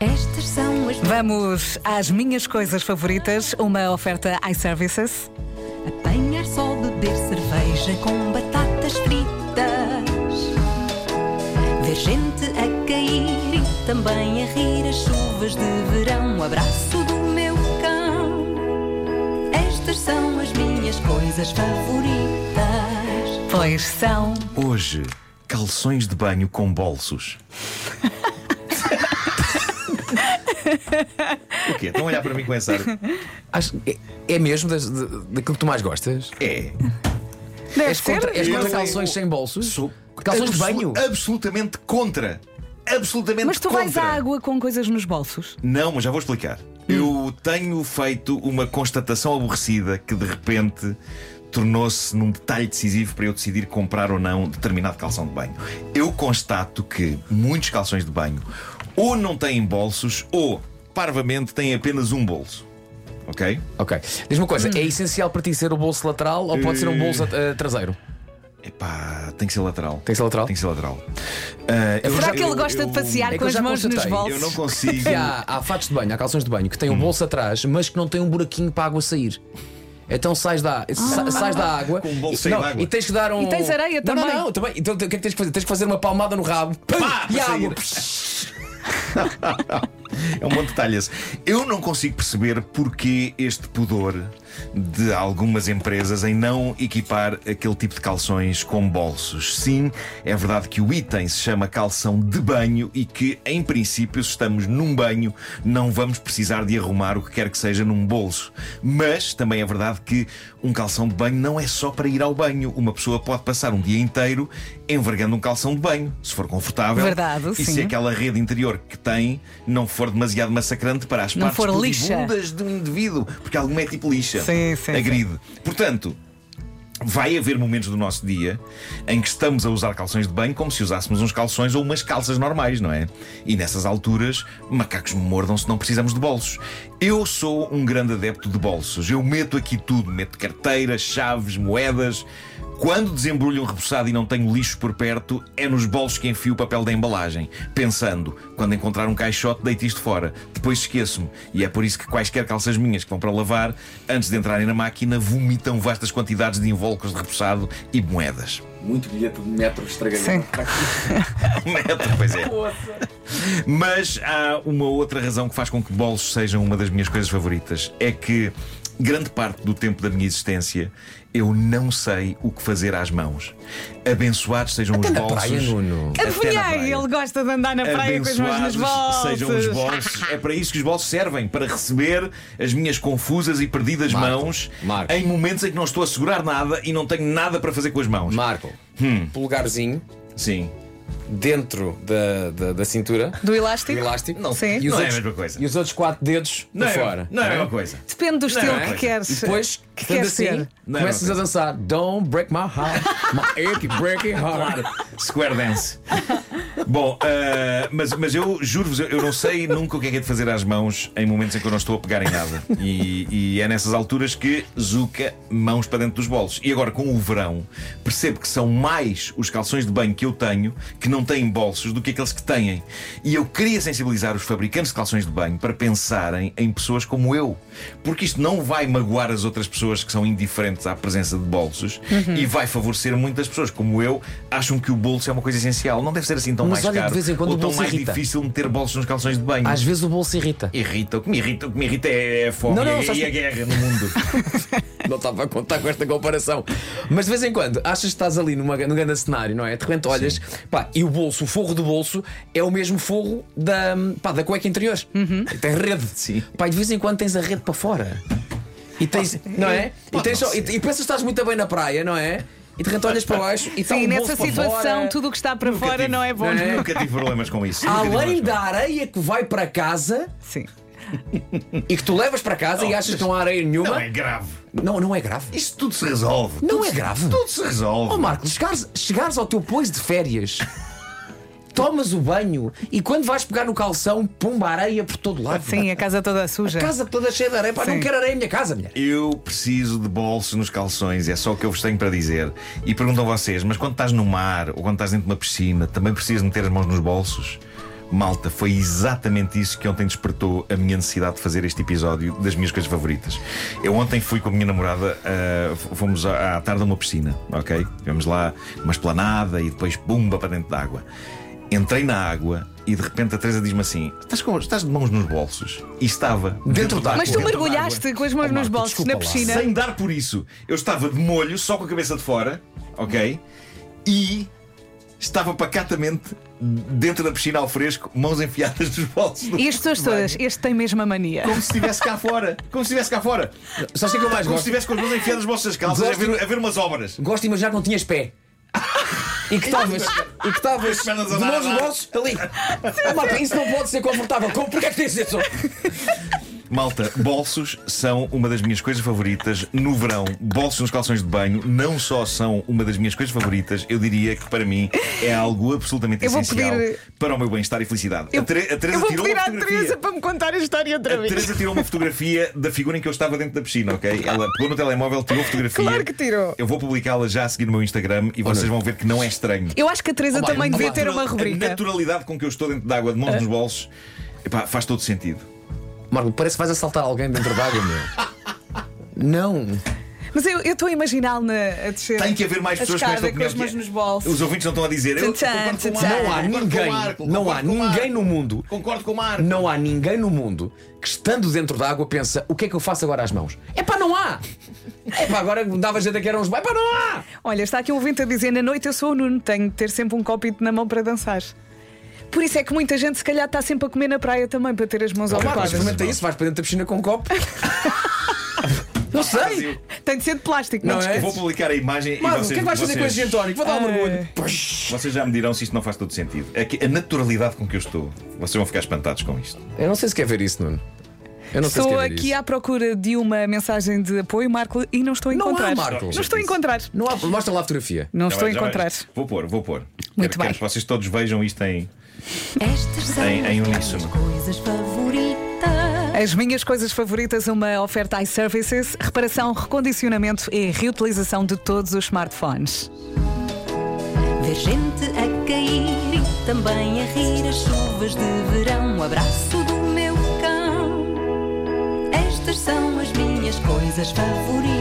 Estas são as. Vamos às minhas coisas favoritas, uma oferta iServices. Apanhar só beber cerveja com batatas fritas. Ver gente a cair e também a rir as chuvas de verão. O abraço do meu cão. Estas são as minhas coisas favoritas. Pois são. Hoje, calções de banho com bolsos. o quê? Estão a olhar para mim com essa ar? Acho- é, é mesmo das- de- daquilo que tu mais gostas? É. Deve És contra, és Eu contra sei. calções sem bolsos? Sou Calções de absolu- banho? Absolutamente contra. Absolutamente Mas tu contra. vais à água com coisas nos bolsos? Não, mas já vou explicar. Hum. Eu tenho feito uma constatação aborrecida que de repente tornou-se num detalhe decisivo para eu decidir comprar ou não determinado calção de banho. Eu constato que muitos calções de banho ou não têm bolsos ou, parvamente, têm apenas um bolso. Ok? Ok. Diz-me uma Hum. coisa, é essencial para ti ser o bolso lateral ou pode ser Eh. um bolso ah, traseiro? Epá, tem que ser lateral. Tem que ser lateral? Tem que ser lateral. Ah, Será que ele gosta de passear é que com eu as já mãos nos constatei. bolsos? Eu não consigo. Que há, há fatos de banho, há calções de banho que têm Hum. um bolso atrás, mas que não têm um buraquinho para a água sair. Então sais da, sa- sais da água Ah. Com um bolso e, cheio não, de água. e tens que dar um. E tens areia não, também. Não, não, também. Então o que é que tens que fazer? Tens que fazer uma palmada no rabo pum, Pá, e para a água. sair. É um monte de talhas. Eu não consigo perceber porque este pudor de algumas empresas em não equipar aquele tipo de calções com bolsos. Sim, é verdade que o item se chama calção de banho e que, em princípio, se estamos num banho, não vamos precisar de arrumar o que quer que seja num bolso. Mas também é verdade que um calção de banho não é só para ir ao banho. Uma pessoa pode passar um dia inteiro envergando um calção de banho, se for confortável. Verdade, e sim. se aquela aquela rede interior que tem não for demasiado massacrante para as Não partes for lixa. pudibundas de um indivíduo, porque alguma é tipo lixa. Sim, sim, Agride. Portanto, vai haver momentos do nosso dia em que estamos a usar calções de banho como se usássemos uns calções ou umas calças normais, não é? E nessas alturas, macacos me mordam se não precisamos de bolsos. Eu sou um grande adepto de bolsos. Eu meto aqui tudo, meto carteiras, chaves, moedas. Quando desembrulho um repousado e não tenho lixo por perto, é nos bolsos que enfio o papel da embalagem, pensando, quando encontrar um caixote, deito isto fora. Depois esqueço-me. E é por isso que quaisquer calças minhas que vão para lavar, antes de entrarem na máquina, vomitam vastas quantidades de invólucros de repousado e moedas. Muito bilhete de metro estragadinho. Sim. Metro, pois é. Mas há uma outra razão que faz com que bolos sejam uma das minhas coisas favoritas. É que grande parte do tempo da minha existência eu não sei o que fazer às mãos. Abençoados sejam os na bolsos. Hum. praia, Nuno. até na Adivinhei, praia. ele gosta de andar na praia com as mãos nos Abençoados bolsos. sejam os bolsos. É para isso que os bolsos servem para receber as minhas confusas e perdidas Marco, mãos Marco. em momentos em que não estou a segurar nada e não tenho nada para fazer com as mãos. Marco, Hum. polegarzinho Sim. dentro da, da, da cintura. Do elástico? do Um elástico. Não. Sim. E Não é os a outros- mesma coisa. E os outros quatro dedos Não para é, fora. não é a mesma coisa. Depende do estilo é? que queres. E depois, que sendo queres assim, ser. Não é começas uma a dançar Don't break my heart, my achy breaking heart. Square Dance. Bom, eh, mas, mas eu juro-vos, eu, eu não sei nunca o que é que é de fazer às mãos em momentos em que eu não estou a pegar em nada. E, e é nessas alturas que zuca mãos para dentro dos bolsos. E agora, com o verão, percebo que são mais os calções de banho que eu tenho que não têm bolsos do que aqueles que têm. E eu queria sensibilizar os fabricantes de calções de banho para pensarem em pessoas como eu. Porque isto não vai magoar as outras pessoas que são indiferentes à presença de bolsos e vai favorecer muitas pessoas como eu acham que o bolso é uma coisa essencial. Não deve ser assim tão Mas mais olha que caro de vez em quando ou o tão bolso mais irrita. difícil meter bolsos nos calções de banho. Às vezes o bolso irrita. Irrita, o que me irrita, o que me irrita é a fome Não, não, e, a, sabes e a que- guerra no mundo. Não estava a contar com esta comparação. Mas de vez em quando, achas que estás ali numa, num grande cenário, não é? De repente olhas, pá, e o bolso, o forro do bolso é o mesmo forro da, pá, da cueca interior. Tem rede. Sim. Pá, e de vez em quando tens a rede para fora. E tens, não é? E, tens só- e- e pensas que estás muito bem na praia, não é? E de repente olhas para baixo e está Sim, o um bolso nessa para situação, fora. tudo o que está para fora tive- não é bom. não é? Nunca tive problemas com isso. Nunca tive Além problemas com da areia que vai para casa Sim. e que tu levas para casa e achas que não há areia isso. nenhuma. Não é grave. Não, não é grave. Isto tudo se resolve. Não Tudo é se- grave. Tudo se resolve. Oh, Marcos, chegares, chegares ao teu pois de férias, tomas o banho e quando vais pegar no calção, pumba areia por todo lado. Sim, a casa toda suja. Casa toda cheia de areia. Pá, não Sim. quero areia em minha casa, mulher. Eu preciso de bolsos nos calções, é só o que eu vos tenho para dizer. E perguntam vocês, mas quando estás no mar ou quando estás dentro de uma piscina, também precisas meter as mãos nos bolsos? Malta, foi exatamente isso que ontem despertou a minha necessidade de fazer este episódio das minhas coisas favoritas. Eu ontem fui com a minha namorada, ah, f- fomos à, à tarde a uma piscina, ok? Tivemos lá uma esplanada e depois bumba para dentro da água. Entrei na água e de repente a Teresa diz-me assim: estás, com- estás de mãos nos bolsos? E estava Dentro da água. Mas tu Dentro mergulhaste com as mãos Oh, nos Marta, bolsos desculpa na lá. piscina. sem dar por isso. Eu estava de molho, só com a cabeça de fora, ok? E estava pacatamente dentro da piscina ao fresco, mãos enfiadas nos bolsos. do E as pessoas banho. todas, este tem mesmo a mania. Como se estivesse cá fora. Como se estivesse cá fora. Só sei que eu mais Como se gosto. estivesse com as mãos enfiadas nas vossas calças a Gosto- ver, a ver umas obras. Gosto de imaginar que não tinhas pé. E que estavas, e que estavas As de pernas a dar, mãos a nos dar. bolsos ali. Oh, Marta, isso não pode ser confortável. Como? Porquê é que tens isso? Malta, bolsos são uma das minhas coisas favoritas no verão. Bolsos nos calções de banho não só são uma das minhas coisas favoritas, eu diria que para mim é algo absolutamente Eu vou essencial pedir- eh, para o meu bem-estar e felicidade. Eu, a, Tere- a Teresa eu vou tirou pedir uma à fotografia. Teresa para me contar a história outra A vez. Teresa tirou uma fotografia da figura em que eu estava dentro da piscina, ok? Ela pegou no telemóvel, tirou a fotografia. Claro que tirou. Eu vou publicá-la já a seguir no meu Instagram e vocês vão ver que não é estranho. Eu acho que a Teresa Olá, também olá, devia ter uma Natural- A rubrica. É. naturalidade com que eu estou dentro da água, de mãos nos bolsos, epá, faz todo sentido. Marco, parece que vais assaltar alguém dentro da água, meu. Não. Mas eu eu estou a imaginá-lo na- a descer. Tem que haver mais a pessoas escada, com esta opinião. as mãos que é. nos bolsos. Os ouvintes não estão a dizer. Eu Tchan, concordo com o tchan. Marco, Não há concordo com o ninguém, Marco, não há concordo com o ninguém Marco. no mundo, Concordo com o Marco. não há ninguém no mundo que estando dentro da água pensa o que é que eu faço agora às mãos? É pá, não há! É pá, agora dava gente a que eram uns. É pá, não há! Olha, está aqui um ouvinte a dizer: na noite eu sou o Nuno, tenho de ter sempre um copito na mão para dançar. Por isso é que muita gente, se calhar, está sempre a comer na praia também para ter as mãos Claro, ocupadas. experimenta isso, vais para dentro da piscina com um copo. não sei! Brasil. Tem de ser de plástico, Não mas- é? Vou publicar a imagem Marco, e o vocês, que é que vais fazer com vocês, este gin tónico? Vou dar um Ai. mergulho. vocês já me dirão se isto não faz todo sentido. É que a naturalidade com que eu estou, vocês vão ficar espantados com isto. Eu não sei se quer ver isso, Nuno. Eu não sei se Estou quer ver aqui isso. à procura de uma mensagem de apoio, Marco, e não estou a Não há, encontrar. Marco. Não estou a encontrar. Não há... Mostra lá a fotografia. Não Já estou a vai, já vai. encontrar. Vou pôr, vou pôr. Muito quero, bem. Quero que vocês todos vejam isto em. Estas são Em- em as uníssono. coisas favoritas. As minhas coisas favoritas, uma oferta iServices, reparação, recondicionamento e reutilização de todos os smartphones. Ver gente a cair e também a rir as chuvas de verão. O abraço do meu cão. Estas são as minhas coisas favoritas.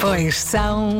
Pois são.